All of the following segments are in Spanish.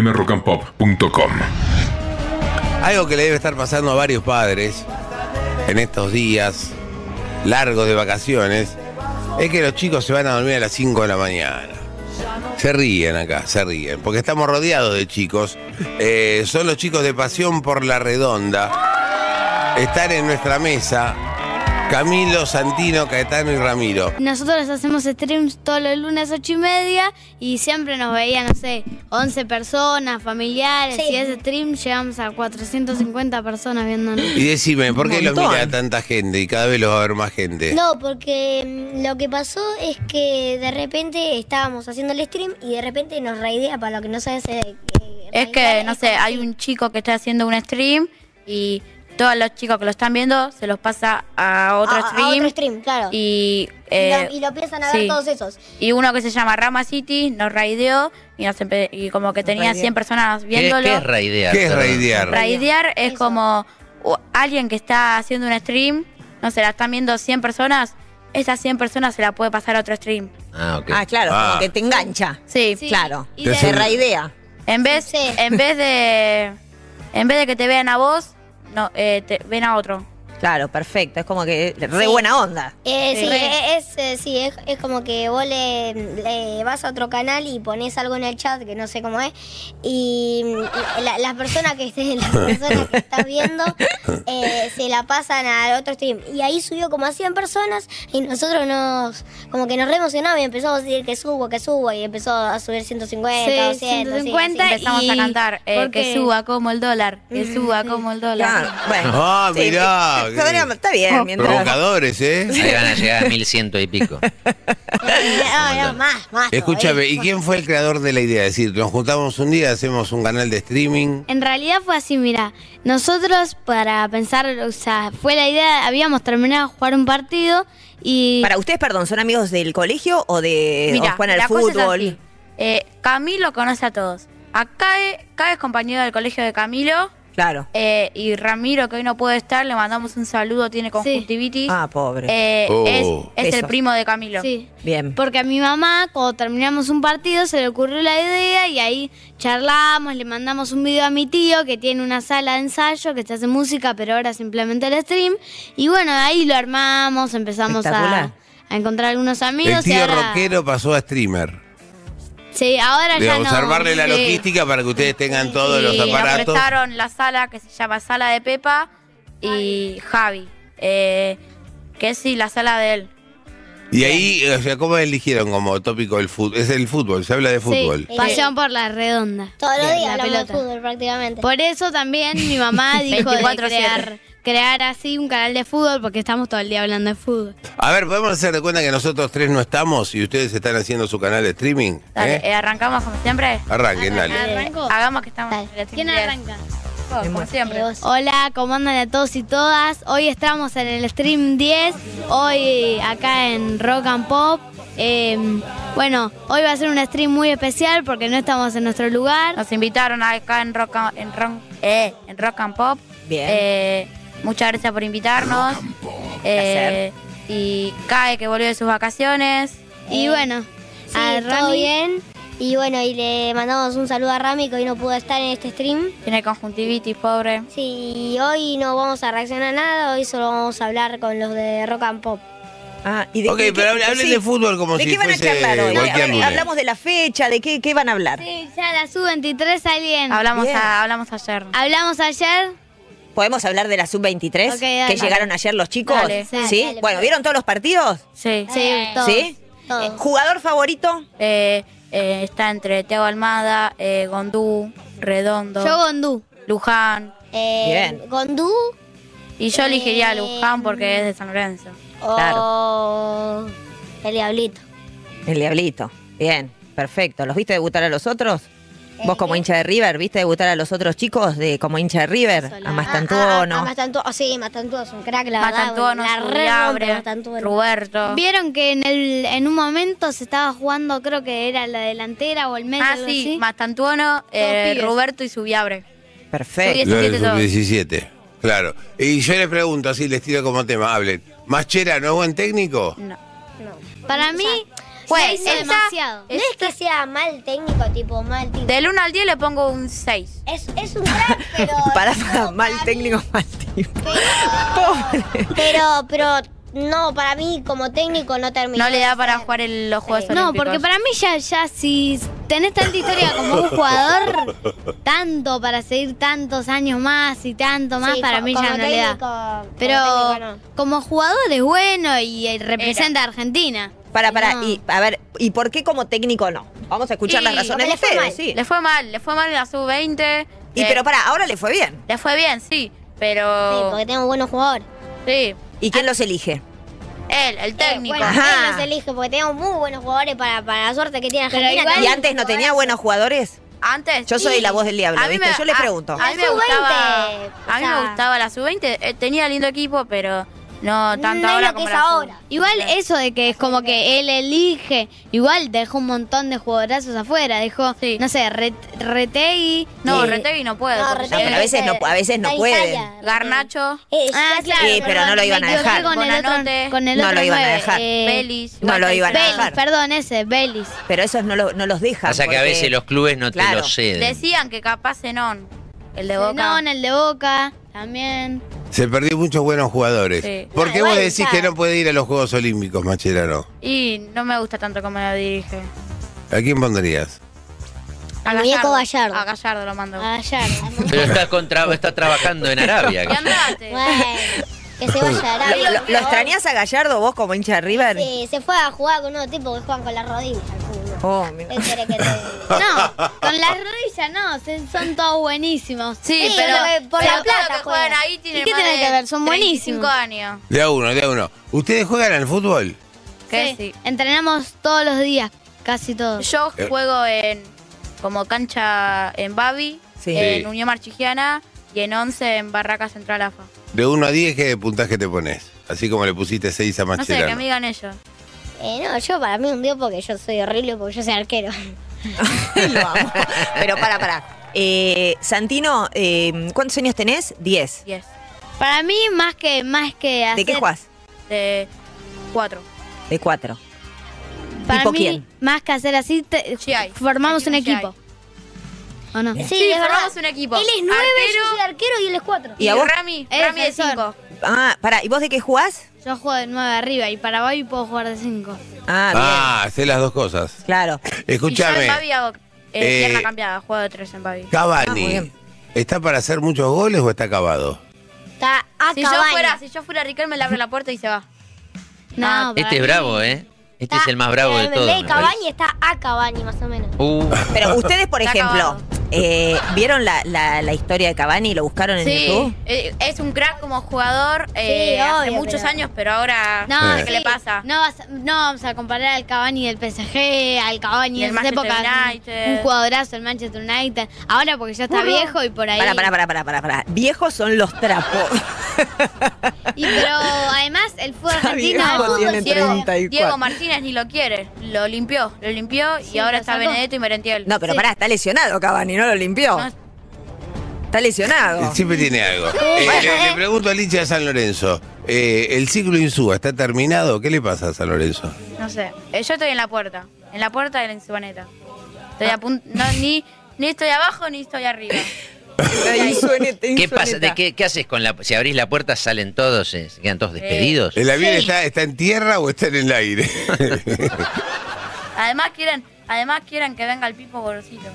fmrockandpop.com. Algo que le debe estar pasando a varios padres en estos días largos de vacaciones es que los chicos se van a dormir a las 5 de la mañana. Se ríen acá, se ríen, porque estamos rodeados de chicos. Eh, son los chicos de Pasión por la Redonda. Están en nuestra mesa Camilo, Santino, Caetano y Ramiro. Nosotros hacemos streams todos los lunes ocho y media y siempre nos veían, no sé, 11 personas, familiares. Sí. Y ese stream llegamos a 450 personas viéndonos. Y decime, ¿por qué los Montón. mira tanta gente y cada vez los va a ver más gente? No, porque mm, lo que pasó es que de repente estábamos haciendo el stream y de repente nos raidea para lo que no sabes. eh, eh, Es raidea que, no es sé, como hay si- un chico que está haciendo un stream y todos los chicos que lo están viendo se los pasa a otro, Ah, a- a stream, otro stream, claro. Y, Y eh, lo, y lo empiezan a ver sí. todos esos. y uno que se llama Rama City nos raideó y, nos empe- y como que tenía 100 personas ¿Qué, viéndolo. qué es raidear? ¿Qué es Perdón. raidear? Raidear es Eso. como u- alguien que está haciendo un stream, no sé, la están viendo 100 personas, esas 100 personas se la puede pasar a otro stream. Ah, ok. Ah, claro, Ah. como que te engancha. Sí, Sí. Claro. Y Te de- Te raidea. En vez, Sí. en vez de en vez de que te vean a vos, no, eh, te ven a otro. Claro, perfecto. Es como que re buena onda. Eh, Sí. sí, Re. es, eh, sí es, es como que vos le, le vas a otro canal y pones algo en el chat que no sé cómo es y mm, la- las personas que estés- las personas que estás viendo eh, se la pasan al otro stream y ahí subió como a 100 personas y nosotros nos como que nos re emocionamos y empezamos a decir que subo, que subo y empezó a subir 150, Sí, 100, 150. Empezamos Y- a cantar eh, ¿por que qué? suba como el dólar, que suba como el dólar. Claro, bueno. Ah, mirá, sí, podría- qué- está bien, mientras. Provocadores, ¿eh? Ahí van a llegar a 1100 y pico. No, no, más, más. Escúchame, ¿y quién fue el creador de la idea? Es decir, nos juntamos un día, hacemos un canal de streaming. En realidad fue así, mira, nosotros para pensar, o sea, fue la idea, habíamos terminado de jugar un partido y... Para ustedes, perdón, ¿son amigos del colegio o de Mirá, o juegan eh, al la cosa es fútbol? así. Eh, Camilo conoce a todos. Acá es, acá es compañero del colegio de Camilo. Claro. eh, y Ramiro, que hoy no puede estar, le mandamos un saludo, tiene conjuntivitis. Ah, pobre. Eh, Oh. es, es el Besos. primo de Camilo. Sí. Bien. Porque a mi mamá, cuando terminamos un partido, se le ocurrió la idea y ahí charlamos, le mandamos un video a mi tío que tiene una sala de ensayo que se hace música, pero ahora simplemente el stream. Y bueno, ahí lo armamos, empezamos Espectacular. a, a encontrar algunos El amigos. y tío ahora, rockero pasó a streamer. Sí, ahora ya Digamos, no. armarle la Sí. logística para que ustedes tengan todos Y los Nos aparatos. prestaron la sala que se llama Sala de Pepa y Javi. eh, que sí, la sala de él. Y ahí, o sea, ¿cómo eligieron como tópico el fútbol? Es el fútbol, se habla de fútbol. Sí, Eh, pasión por la redonda. Todos los Bien, días la hablamos de pelota. fútbol prácticamente. Por eso también mi mamá dijo de 24/7. crear, crear así un canal de fútbol porque estamos todo el día hablando de fútbol. A ver, ¿podemos hacer de cuenta que nosotros tres no estamos y ustedes están haciendo su canal de streaming? Dale, ¿Eh? eh, ah, arrancamos como siempre. Arranquen, dale. ¿Arranco? Hagamos que estamos Dale. en el ¿Quién Tinder. arranca? Vos, como siempre. Eh, vos. Hola, ¿cómo andan a todos y todas? Hoy estamos en el stream 10, hoy acá en Rock and Pop. Eh, bueno, hoy va a ser un stream muy especial porque no estamos en nuestro lugar. Nos invitaron acá en Rock and, en Ron- eh, en Rock and Pop. Bien. Eh, muchas gracias por invitarnos. Eh, y Cae que volvió de sus vacaciones. Y bueno, Sí, a todo Rami- bien. Y bueno, y le mandamos un saludo a Rami que hoy no pudo estar en este stream. Tiene conjuntivitis, pobre. Sí, hoy no vamos a reaccionar a nada, hoy solo vamos a hablar con los de Rock and Pop. Ah, ¿y Ok, qué- pero hablen- sí. hablen de fútbol como ¿De si qué van a fuese charlar hoy? cualquier Habl- lunes. Hablamos de la fecha, de qué, qué van a hablar. Sí, ya la sub-23 alguien. Hablamos, Bien. a- hablamos ayer. Ah, Hablamos ayer. ¿Podemos hablar de la sub-23? Ok, que dale. llegaron ayer los chicos. Dale. ¿Sí? Dale, dale, bueno, dale. ¿vieron todos los partidos? Sí. Sí, todos. ¿Sí? todos. Eh, ¿Jugador favorito? Eh, eh, está entre Teo Almada, eh, Gondú, Redondo, Yo Gondú. Luján. Eh, Bien. Gondú Y yo elegiría a Eh, Luján porque es de San Lorenzo. o el Diablito. El Diablito. Bien, perfecto. ¿Los viste debutar a los otros? Eh, Vos como hincha de River, ¿viste debutar a los otros chicos de como hincha de River? A Mastantuono. Ah, ah, ah, Mastantuono, sí, Mastantuono es un crack, la Matantuono, verdad. la re rompe Abre, Mastantuono. Roberto. Vieron que en, el, en un momento se estaba jugando, creo que era la delantera o el medio. Ah, algo sí, así. Mastantuono, eh, pibes. Roberto y Subiabre. Perfecto. Yo era 17 todos. 17, claro. Y yo les pregunto, así les tiro como tema, hablen. ¿Maschera no es buen técnico? No. Para mí, Fue hizo esta- demasiado. No es que sea mal técnico, tipo mal tipo. Del 1 al 10 le pongo un 6. Es, es un crack, pero. Pará, no, pará, para mal mí- técnico, mal tipo. Pobre. Pero, pero, no, para mí como técnico no termina. No le da para jugar el- los Juegos Sí. Eh, No, Olímpicos. porque para mí ya, ya si tenés tanta historia como un jugador, tanto para seguir tantos años más y tanto más, Sí, para co- mí como ya no le técnico- da. como Pero técnico no. como jugador es bueno y eh, representa a Argentina. Para, para, No. y a ver, ¿y por qué como técnico no? Vamos a escuchar Y- las razones porque de le fue mal, ustedes, sí. Le fue mal, le fue mal en la sub-20. Y eh, pero para, ahora le fue bien. Le fue bien, sí, Sí, pero... porque tengo buenos jugadores. Sí, ¿Y Ah, quién los elige? él, el técnico. Eh, bueno, Ajá. él los elige porque tenemos muy buenos jugadores para, para la suerte que tiene Pero Argentina. igual- ¿Y antes no tenía buenos jugadores? Antes... Yo soy sí. la voz del diablo, A mí ¿viste? me- Yo les a- pregunto. A, mí me La sub-20, gustaba, o a mí sea. me gustaba la sub-20. eh, tenía lindo equipo, pero no tanto No es ahora lo que como es la sub- ahora. Igual eso de que es como que él elige, igual dejó un montón de jugadorazos afuera, dejó, Sí. no sé, Re- Retegui. No, Sí. Retegui no puede. No, porque No, pero a veces no- a veces no Está en pueden. Italia. Garnacho, Eh, Ah, ya sé, claro. Sí, pero no lo me iban a equivoqué dejar. Con el Bonanote. otro, con el No otro lo iban a nueve, dejar. eh, Belis. no lo Walter iban a Belis, Belis. dejar. perdón, ese, Belis. Pero esos no, lo- no los dejan. Pasa que a porque- veces los clubes no te Claro. lo ceden. Decían que capaz Zenón, el de Boca. Zenón, el de Boca, también. Se perdió muchos buenos jugadores. Sí. ¿Por qué No, vos igual decís está- que no puede ir a los Juegos Olímpicos, Macherano? Y no me gusta tanto como lo dirige. ¿A quién pondrías? A Muñeco Gallardo. Ah. A Gallardo lo mando. Ayer. Pero está, contra- está trabajando en Arabia. Y andate. Bueno, que se vaya a Arabia, ¿Lo, por lo favor. extrañás a Gallardo vos como hincha de River? Sí, se fue a jugar con unos tipos que juegan con las rodillas. al fútbol. Oh, mira. ¿Qué querés que te diga? No, con las rodillas no, se- son todos buenísimos. Sí, Sí, pero, pero por pero la plata todos los que juegan juegan. ahí tienen ¿Y qué más tiene de que ver? Son 35 buenísimos. años. De a uno, de a uno. ¿Ustedes juegan al fútbol? Que sí. Sí, Entrenamos todos los días, casi todos. Yo Eh. juego en como cancha en Babi, Sí. en Sí. Unión Marchigiana y en 11 en Barraca Central AFA. De 1 a 10, ¿qué puntaje te pones? Así como le pusiste 6 a No sé, que Macherano. me digan ellos. Eh, no, yo para mí un día porque yo soy horrible porque yo soy arquero. Lo amo. Pero para, para. Eh, Santino, eh, ¿cuántos años tenés? Diez. 10. Para mí, más que, más que hacer... ¿De qué jugás? De 4. De cuatro. Para ¿Tipo mí, quién? más que hacer así, te- GI. formamos un Equipo equipo. ¿O no? Sí, Sí, es verdad. formamos un equipo. Él es 9, Arquero. yo soy arquero y él es 4. ¿Y a vos? Rami, Eh, Rami de defensor. 5. Ah, para. ¿Y vos de qué jugás? Yo juego de 9 arriba y para Babi puedo jugar de 5. Ah, bien. Ah, sé las dos cosas. Claro. Y yo en Escúchame, Babi hago eh, Eh, pierna cambiada, juego de 3 en Babi. Ah, muy Cavani, bien. ¿está para hacer muchos goles o está acabado? Está a Si yo Cavani. fuera, si yo fuera Riquelme le abre la puerta y se va. No, Ah, para Este es mí- bravo, ¿eh? Este es Está- el más bravo de en vez todos. me parece. Cavani está a Cavani más o menos. Uh, Pero ustedes, por Está ejemplo, acabado. eh, ¿vieron la, la- la historia de Cavani? ¿Lo buscaron en Sí, YouTube? eh, es un crack como jugador eh, Sí, hace obvio, muchos pero- años, pero ahora No, Eh. ¿qué sí. le pasa? No, vas- no vamos a comparar al Cavani del PSG, al Cavani Y el de esa Manchester época. United. Un, jugadorazo, el Manchester United. Ahora porque ya está viejo y por ahí. Para, para, para, para, para, para. Viejos son los trapos. Y pero además el fútbol Está argentino. viejo, el fútbol tiene ciego. 34. Diego Martínez ni lo quiere, lo limpió, lo limpió y Sí, ahora lo está sacó. Benedetto y Merentiel. No, pero pará, está lesionado Cavani, no lo limpió. No, Está lesionado. Siempre tiene algo. Eh, le, le pregunto al hincha de San Lorenzo, eh, ¿el ciclo Insúa está terminado? ¿Qué le pasa a San Lorenzo? no sé, Eh, yo estoy en la puerta, en la puerta de la Insubaneta. Estoy a punto, no, ni, ni estoy abajo ni estoy arriba. ¿Qué pasa? ¿De qué, qué haces con la.? Si abrís la puerta, salen todos, eh, se quedan todos despedidos. ¿El avión está, está en tierra o está en el aire? Además quieren, además quieren que venga el Pipo Gorosito.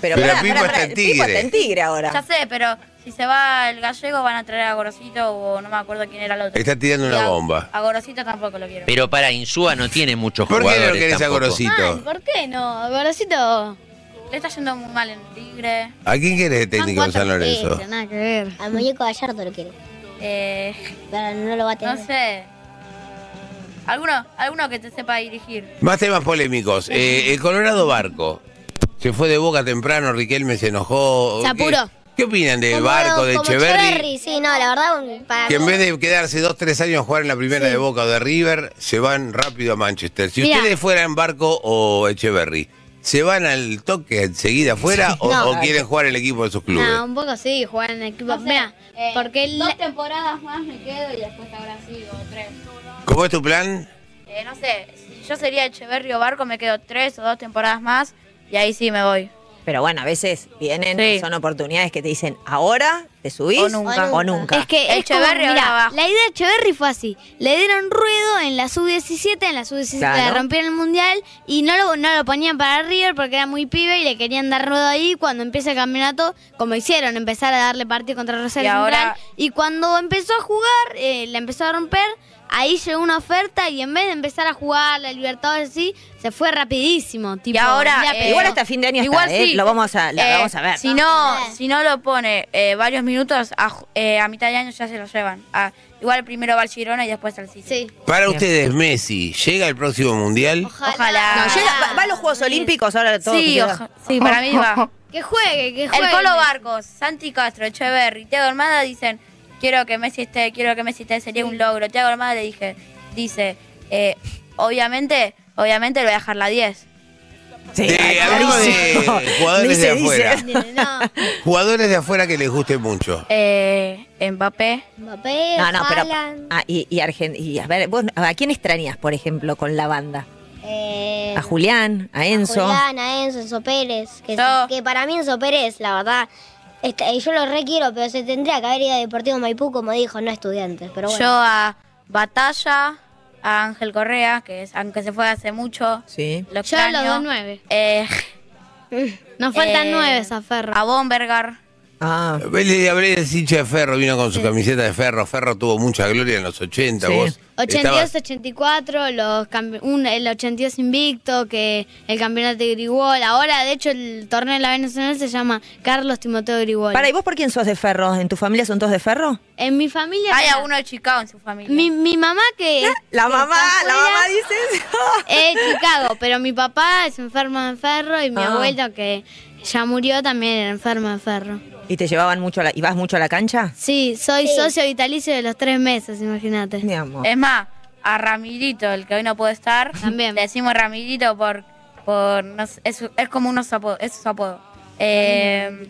Pero, Pero pará, el Pipo pará, pará, está en el Pipo Tigre. está en Tigre ahora. Ya sé, pero si se va el gallego van a traer a Gorosito o no me acuerdo quién era el otro. Está tirando Y una a- bomba. A Gorosito tampoco lo quiero. Pero para Insúa no tiene muchos ¿Por qué jugadores. no querés a tampoco. Mal, Gorosito? ¿Por qué no? Gorosito. Le está yendo muy mal en Tigre. ¿A quién querés de técnico en Son San cuatro Lorenzo? pesos, Nada que ver. Al muñeco Gallardo lo quiere. Eh, Pero no lo va a tener. no sé. Alguno, alguno que te sepa dirigir. Más temas polémicos. Eh, el Colorado Barco. Se fue de boca temprano, Riquelme se enojó. Se apuró. ¿Qué, qué opinan del Como- barco, de como Echeverri? Sí, no, la verdad, un- para Que en mí- vez de quedarse dos, tres años a jugar en la primera de Boca o de River, se van rápido a Manchester. Si Mirá. ustedes fueran Barco o Echeverry, ¿se van al toque enseguida afuera o, No. o quieren jugar el equipo de sus clubes? No, un poco sí, jugar en el equipo. No sé, Mira, eh, porque el- Dos temporadas más me quedo y después ahora sí, o tres. ¿Cómo es tu plan? Eh, no sé, si yo sería Echeverry o Barco, me quedo tres o dos temporadas más y ahí sí me voy. Pero bueno, a veces vienen, Sí. y son oportunidades que te dicen, ahora te subís O nunca. o nunca. Es que es Echeverri como, ahora mirá, abajo. la idea de Echeverry fue así. Le dieron ruido en la sub-17, en la sub-17 la Claro. rompieron el mundial y no lo, no lo ponían para River porque era muy pibe y le querían dar ruido ahí. Cuando empieza el campeonato, como hicieron, empezar a darle partido contra Rosario Y ahora- Central. Y cuando empezó a jugar, eh, la empezó a romper, ahí llegó una oferta y en vez de empezar a jugar la Libertadores así, se fue rapidísimo. Tipo, ahora, ya eh, pegó. Igual hasta fin de año está, Igual ¿eh? sí. Lo vamos a, la- la Eh, vamos a ver. Si no, si no lo pone eh, varios minutos, a, ju- eh, a mitad de año ya se lo llevan. A- igual primero va al Girona y después al City. Sí. Para ustedes, Messi, ¿llega el próximo mundial. Ojalá. No, llega- va, va a los Juegos Olímpicos ahora todo. Sí, oja- sí, para mí va. Que juegue, que juegue. El Colo Barcos, Santi Castro, Echeverry, Tiago Armada dicen, quiero que Messi esté, quiero que Messi esté, sería un logro. Tiago Armada le dije, dice, eh, obviamente, obviamente lo voy a dejar la 10. Sí, Sí, ay, hablemos de clarísimo. jugadores Ni de se dice. afuera. No, Jugadores de afuera que les guste mucho. Eh, Mbappé, Mbappé, No, no, pero. Haaland, Ah, y, y Argen- y a ver, vos, ¿a quién extrañas, por ejemplo, con la banda? eh, A Julián, a Enzo. Juliana, Enzo, Enzo Pérez. Que, Yo. que para mí Enzo Pérez, la verdad, está- yo lo requiero, pero se tendría que haber ido a Deportivo Maipú, como dijo, no a estudiantes. Pero yo bueno, a Batalla, a Ángel Correa, que es, aunque se fue hace mucho, Sí. lo yo extraño. lo doy nueve. Eh, Nos faltan Eh, nueve, Zaferro. a Bombergar. Ah, Vélez de Abreu es hincha de Ferro, vino con su camiseta de Ferro. Ferro tuvo mucha gloria en los 80, Sí. vos. 82, estabas- 84, los campe- un- el 82 invicto, que el campeonato de Grigol. Ahora, de hecho, el torneo de la B Nacional se llama Carlos Timoteo Grigol. Para, ¿y vos por quién sos de ferro? ¿En tu familia son todos de ferro? En mi familia. Hay mira, a uno de Chicago en su familia. Mi, mi mamá que. La mamá, está la afuera, mamá dice eso. Es de Chicago, pero mi papá es enfermo de ferro y mi Ah. abuelo que ya murió también era enfermo de ferro. ¿Y te llevaban mucho a la, y vas mucho a la cancha? Sí, soy Sí. socio vitalicio de los tres meses, imagínate. Mi amor. Es más, a Ramirito, el que hoy no puede estar, También. le decimos Ramirito por. por no sé, es, es como unos apodos, es su apodo. Eh,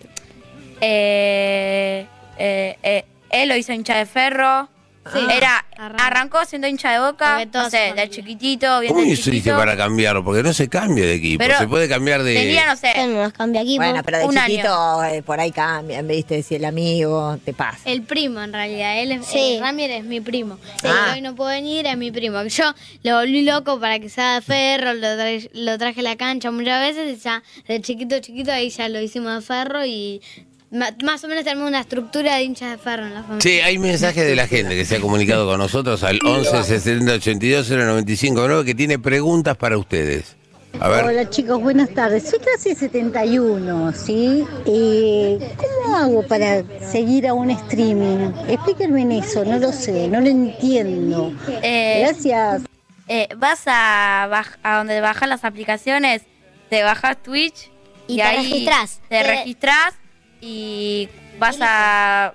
eh, eh, eh, él lo hizo hincha de ferro. Sí. Era, Arrancó. arrancó siendo hincha de boca, Porque todos no sé, son de así. chiquitito, bien ¿Cómo de hiciste chiquito. para cambiarlo? Porque no se cambia de equipo, Pero se puede cambiar de. Tenía, no sé, nos cambia equipo. Bueno, pero de un chiquito eh, por ahí cambian, ¿viste? Si el amigo te pasa. El primo, en realidad. Él es, Sí. eh, Ramírez es mi primo. Sí. El que Ah. hoy no puedo venir, es mi primo. Yo lo volví loco para que sea de ferro, lo, tra- lo traje a la cancha muchas veces y ya de chiquito chiquito ahí ya lo hicimos de ferro y ma- más o menos tenemos una estructura de hinchas de ferro en la familia. Sí, hay mensajes de la gente que se ha comunicado con nosotros al 11 60 82 095 9 que tiene preguntas para ustedes. A ver, Hola chicos, buenas tardes. Soy clase 71, ¿sí? Eh, ¿Cómo hago para seguir a un streaming? Explíquenme eso, no lo sé, no lo entiendo. eh, Gracias. eh, vas a, baj- a donde bajas las aplicaciones, te bajas Twitch Y te ahí registrás. Te Eh, registrás y vas a Ah.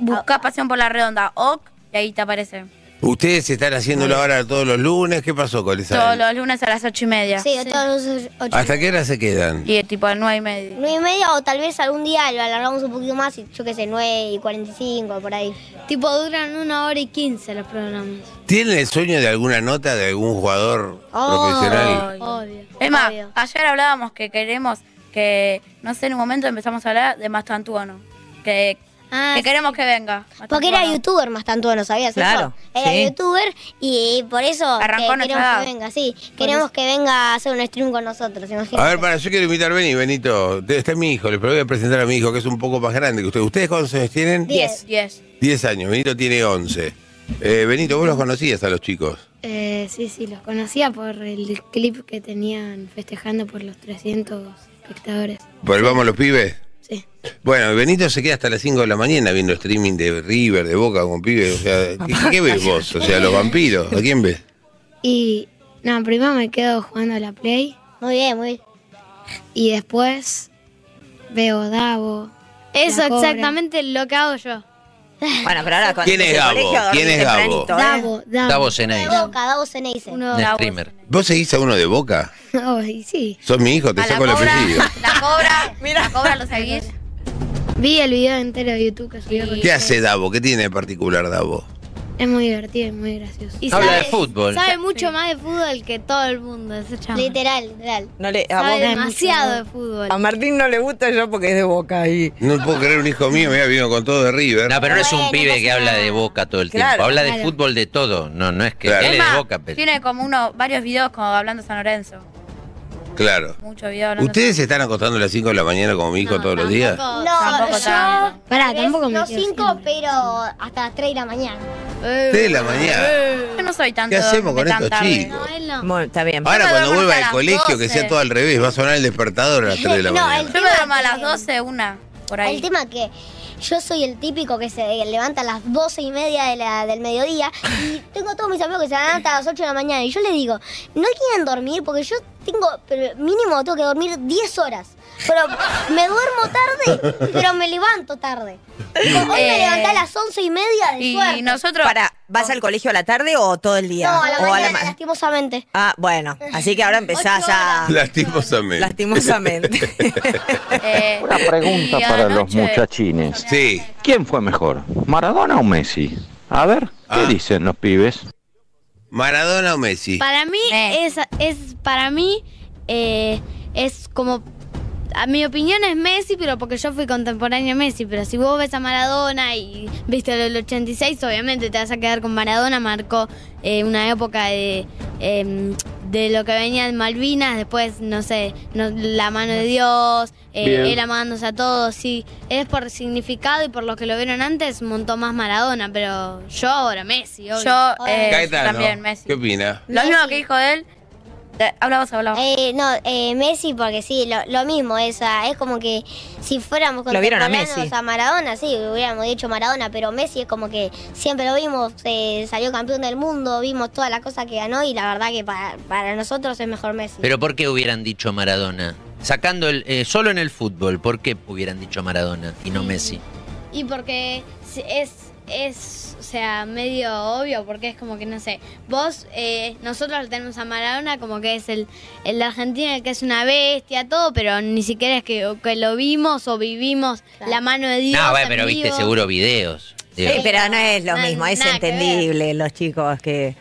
buscar Pasión por la Redonda, OK, y ahí te aparece. ustedes están haciéndolo ahora todos los lunes. ¿Qué pasó con esa? Todos los lunes a las ocho y media. Sí, todos los ocho. ¿Hasta qué hora se quedan? Y eh, tipo a nueve y media. Nueve y media o tal vez algún día lo alargamos un poquito más, y yo qué sé, nueve y cuarenta y cinco, por ahí. Tipo, duran una hora y quince los programas. ¿Tienen el sueño de alguna nota de algún jugador Oh. profesional? Obvio. Es más, obvio. ayer hablábamos que queremos que, no sé, en un momento empezamos a hablar de Mastantuono. Que, Ah, que queremos que venga. Porque era Mastantuono. youtuber más tanto, ¿no sabías eso? Claro, Era sí. youtuber y por eso Arrancó que nuestra queremos edad. que venga, sí. Queremos que venga a hacer un stream con nosotros, imagínate. A ver, para, yo quiero invitar, vení, Benito. Te- Está mi hijo, les voy a presentar a mi hijo, que es un poco más grande que ustedes. ¿Ustedes cuántos años tienen? Diez. Diez. 10 años, Benito tiene 11. Eh, Benito, vos los conocías a los chicos. Eh, sí, sí, los conocía por el clip que tenían festejando por los 300 espectadores. ¿Volvamos los pibes? Sí. Bueno, Benito se queda hasta las 5 de la mañana viendo streaming de River, de Boca con pibes. O sea, ¿qué, qué ves vos? O sea, los vampiros. ¿A quién ves? Y no, primero me quedo jugando a la Play Muy bien, muy bien. y después veo Davo. Eso La Cobra. exactamente lo que hago yo. Bueno, pero ahora cuando ¿Quién es en el Gabo? colegio dormís ¿Quién es Gabo? tempranito, ¿eh? Davo, Davo. Davo Zeneis, Boca, Davo Ceneice. Uno, un streamer. ¿Vos seguís a uno de Boca? Oh, y sí. Sos mi hijo, te A la saco el cobra, apellido. la cobra, la cobra lo seguís. Vi el video entero de YouTube que subió. con- ¿Qué hace Davo? ¿Qué tiene de particular Davo? Es muy divertido y muy gracioso. Y Habla de fútbol. Sabe mucho más de fútbol que todo el mundo, ese chavo. Literal, literal. No le, a, Sabe vos- demasiado de fútbol. a Martín no le gusta yo porque es de boca y. No puedo creer un hijo mío, mira, vino con todo de River. No, pero no es un Bueno, pibe pasa que habla nada. de boca todo el Claro, tiempo. Habla de claro. fútbol de todo. No, no es que Claro. él Es es más, boca, pero. Ah, tiene como uno, varios videos como hablando San Lorenzo. Claro. Muchos videos hablando ¿Ustedes se están acostando a las 5 de la mañana como mi hijo todos los días? No, Tampoco yo. tanto. Pará, tampoco me No quiero cinco, siempre. pero hasta las 3 de la mañana. Tres de la mañana. Yo no soy tanto. ¿Qué hacemos con de tan estos tarde. chicos? No, él no. Bueno, está bien. Ahora me cuando duermo vuelva hasta al las colegio, que sea 12. todo al revés, va a sonar el despertador a las 3 de la No, mañana. Yo me duermo a las 12, una, por ahí. El tema que yo soy el típico que se levanta a las 12 y media de la- del mediodía y tengo todos mis amigos que se levantan a las 8 de la mañana y yo les digo, no quieren dormir porque yo tengo, pero mínimo tengo que dormir 10 horas. Pero me duermo tarde, pero me levanto tarde. Hoy me Eh, levanté a las 11 y media de suerte. Y nosotros... Para, ¿vas al colegio a la tarde o todo el día? No, a la O mañana, ma- lastimosamente. Ah, bueno. Así que ahora empezás Ocho a. Lastimosamente. Lastimosamente. eh, Una pregunta y para los anoche- muchachines. Sí. ¿Quién fue mejor, Maradona o Messi? A ver, ¿qué Ah. dicen los pibes? ¿Maradona o Messi? Para mí Eh. es, es para mí eh, es como a mi opinión es Messi, pero porque yo fui contemporáneo a Messi, pero si vos ves a Maradona y viste lo del 86, obviamente te vas a quedar con Maradona, marcó eh, una época de em, de lo que venía de Malvinas, después no sé, no- la mano de Dios, eh, Bien. él amándose a todos, sí, es por significado y por lo que lo vieron antes, montó más Maradona, pero yo ahora Messi, obvio. Yo eh, Caetano, también, Messi. ¿qué opina? Lo mismo que dijo él... te- Habla vos, habla vos. Eh, no, eh, Messi, porque sí, lo, lo mismo, es, es como que si fuéramos Lo vieron a contemporáneos Messi. a Maradona, sí, hubiéramos dicho Maradona, pero Messi es como que siempre lo vimos, eh, salió campeón del mundo, vimos todas las cosas que ganó y la verdad que para, para nosotros es mejor Messi. Pero ¿por qué hubieran dicho Maradona? Sacando el, eh, solo en el fútbol, ¿por qué hubieran dicho Maradona y no Messi? Y porque si- es, es, o sea, medio obvio, porque es como que, no sé, vos, eh, nosotros lo tenemos a Maradona como que es el, el de Argentina, que es una bestia, todo, pero ni siquiera es que, que lo vimos o vivimos Claro. la mano de Dios. No, bueno, en pero viste vivo. seguro videos. Digo, Sí, pero no es lo Nada- mismo, es nada que ver. entendible, los chicos que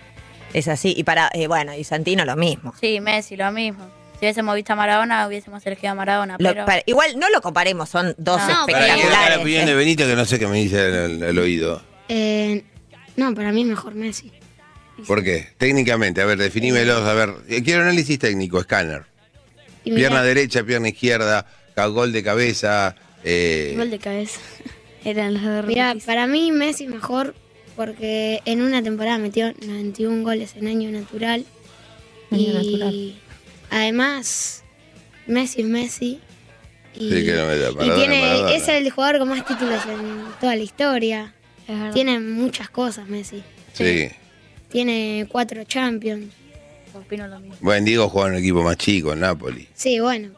es así. Y para, eh, bueno, y Santino lo mismo. Sí, Messi, lo mismo. Si hubiésemos visto a Maradona, hubiésemos elegido a Maradona. Lo- Ah, pero Ah, para- igual no lo comparemos, son dos Para No, espectaculares. quiero dar la opinión eh. de Benito, que no sé qué me dice al- al oído. Eh, no, para mí es mejor Messi. ¿Por qué? Técnicamente, a ver, definímelos, a ver. eh, Quiero análisis técnico, escáner. Y mirá, Pierna derecha, pierna izquierda, ca- gol de cabeza. eh, Gol de cabeza. Eran los de Mira, para mí Messi mejor porque en una temporada metió 91 goles en año natural. y además, Messi es Messi. Y, Sí, que no me da. y Maradona, tiene, Maradona. es el jugador con más títulos en toda la historia. Tiene muchas cosas Messi. sí. Tiene cuatro Champions. opino lo mismo. Bueno, Diego jugaba en un equipo más chico, en Napoli. Sí, bueno.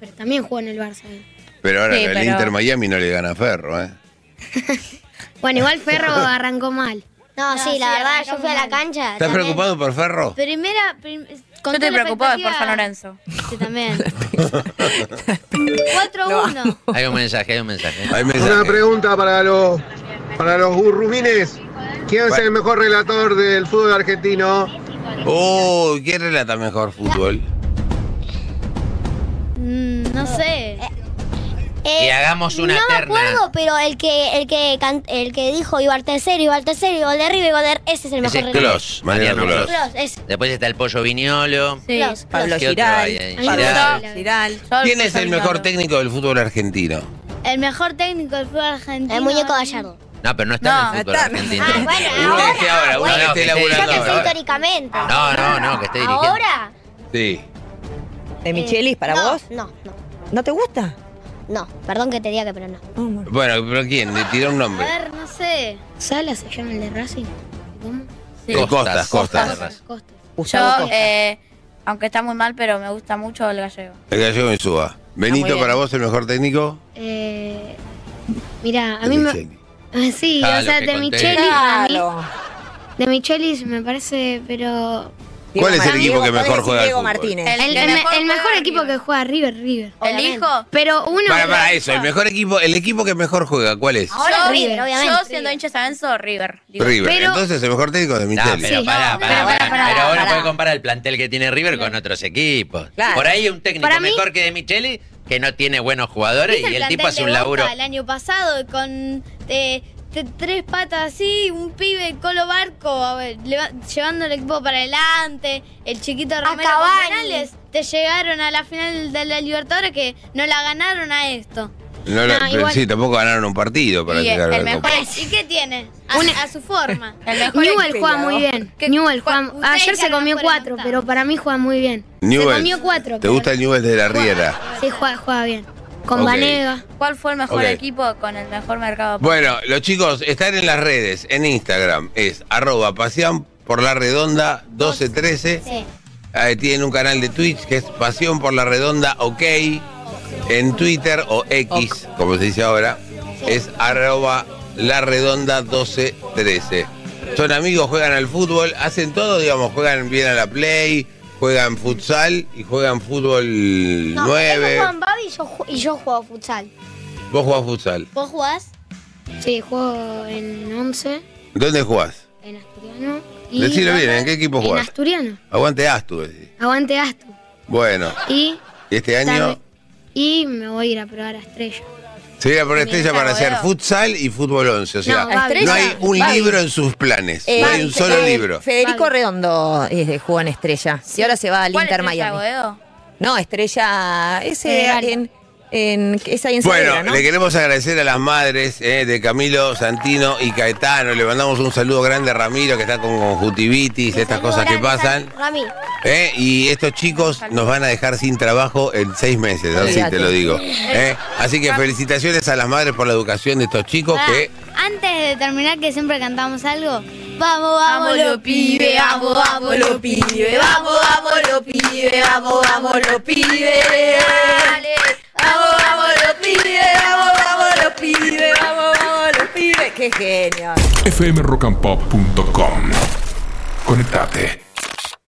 Pero también jugó en el Barça. él. Pero ahora Sí, el pero- Inter Miami no le gana a Ferro, ¿eh? Bueno, igual Ferro arrancó mal. no, sí, la verdad, yo fui a la cancha. ¿Estás también. preocupado por Ferro? Primera, Yo estoy preocupado por San Lorenzo. Yo también. 4-1. Hay un mensaje, hay un mensaje. Hay Una mensaje. pregunta para los para los gurrumines. ¿Quién es el mejor relator del fútbol argentino? Oh, ¿quién relata mejor fútbol? Mm, no sé. Eh, Y hagamos una no terna. me acuerdo, pero el que el que can- el que dijo iba al tercero, iba al tercero, iba al de arriba, iba al de arriba", ese es el mejor Ese es relator. Clos, Mariano Mariano Clos. Clos, ese. Después está el pollo viñolo. Sí. Clos, Clos. Pablo ¿Qué otro hay Giral, ahí? Giral. Pablo Giral. Yo ¿Quién soy es el Viñolo. mejor técnico del fútbol argentino? El mejor técnico del fútbol argentino. El muñeco Gallardo. No, pero no está en No, el fútbol está- argentino. Ah, bueno, Uno que esté ahora, uno bueno. que esté No, que esté Yo laburando pensé ahora. históricamente. No, no, no, que esté dirigiendo. ¿Ahora? Sí. ¿De Michelis para No, vos? No, no, ¿No te gusta? no. Perdón que te diga que, pero no. No, bueno. Bueno, pero ¿quién? Le tiró un A nombre. ver, no sé. Sala se llama el de Racing. ¿Cómo? Sí. Eh, Costas, Costas. Costas. Costas. Gustavo Yo, Costa. eh, aunque está muy mal, pero me gusta mucho el gallego. El gallego me suba. muy Benito, bien. para vos el mejor técnico. Eh, mira, a De mí me. Micheli. Ah, Sí, Ah, o sea, lo que de conté. Michelis, a mí- Claro. de Michelis me parece, pero ¿Cuál es el Martínez. equipo que Diego- mejor ¿cuál es juega? al Diego fútbol? Martínez. El, el me- el mejor equipo que juega River, River. ¿El hijo? Pero uno. Para, para eso, el mejor equipo, el equipo que mejor juega, ¿cuál es? Ahora Yo- River, yo obviamente. Yo siendo hincha Sanso, River. River. pero- Entonces, el mejor técnico es de No, Micheli. pero Sí. pará, No, pará, pero pará, pará, pará, Pero vos no pará. podés comparar el plantel que tiene River con otros equipos. Claro. Por ahí un técnico Para mí- mejor que De Micheli que no tiene buenos jugadores ¿Viste y el plantel tipo hace de un Boca laburo. El año pasado con eh, te- tres patas así, un pibe Colo Barco a ver, leva- llevando el equipo para adelante, el chiquito Romero con Cavani. penales, te llegaron a la final de la Libertadores que no la ganaron a esto. No, No, pero igual- sí, tampoco ganaron un partido para Y llegar a el la mejor Copa. ¿Y qué tiene? A, a su forma. El mejor Newell juega muy bien. Que- Newell juega- Ustedes ayer se ganaron comió por el cuatro, octavo. pero para mí juega muy bien. Newell's. Se comió cuatro. ¿Te gusta el Newell's de la Riera? Sí, juega, juega bien. Con Ok. Vanega. ¿Cuál fue el mejor Ok. equipo con el mejor mercado? Bueno, los chicos están en las redes, en Instagram, es arroba pasión por la redonda 1213. Eh, tienen un canal de Twitch que es Pasión por la Redonda OK. En Twitter o X, como se dice ahora, es arroba la redonda 1213. Son amigos, juegan al fútbol, hacen todo, digamos, juegan bien a la play, juegan futsal y juegan fútbol No, ellos 9. juegan Babi y yo, ju- y yo juego futsal. Vos jugás futsal. ¿Vos jugás? Sí, juego en 11, ¿Dónde jugás? en Asturiano. y- Decilo bien, ¿en qué equipo En jugás? Asturiano. Aguante Astu. decís. Aguante Astu. Bueno, Y, y este año también- y me voy a ir a probar a Estrella. se irá por estrella para También, hacer futsal y fútbol 11. O sea, No, Babi. No hay un Babi. libro en sus planes. Eh, no hay un solo eh, libro. Federico Vale. Redondo eh, jugó en Estrella. Y ahora se va al ¿Cuál Inter es el eh? Miami. Sagoedo? No, Estrella. Ese Federal. en, en, es ahí en Bueno, Saavedra, ¿no? le queremos agradecer a las madres eh, de Camilo, Santino y Caetano. Le mandamos un saludo grande a Ramiro, que está con conjuntivitis, estas cosas que pasan. Rami, Eh, y estos chicos nos van a dejar sin trabajo en seis meses, así Olvídate. te lo digo. eh. Así que felicitaciones a las madres por la educación de estos chicos Pará, que... Antes de terminar, que siempre cantamos algo. Vamos, vamos, los pibes, vamos, vamos, los pibes, vamos, vamos los pibes, vamos, vamos los pibes. Vamos, vamos los pibes, vamos, vamos los pibes, vamos, vamos los pibes. Qué genio. fmrockandpop.com. Conectate.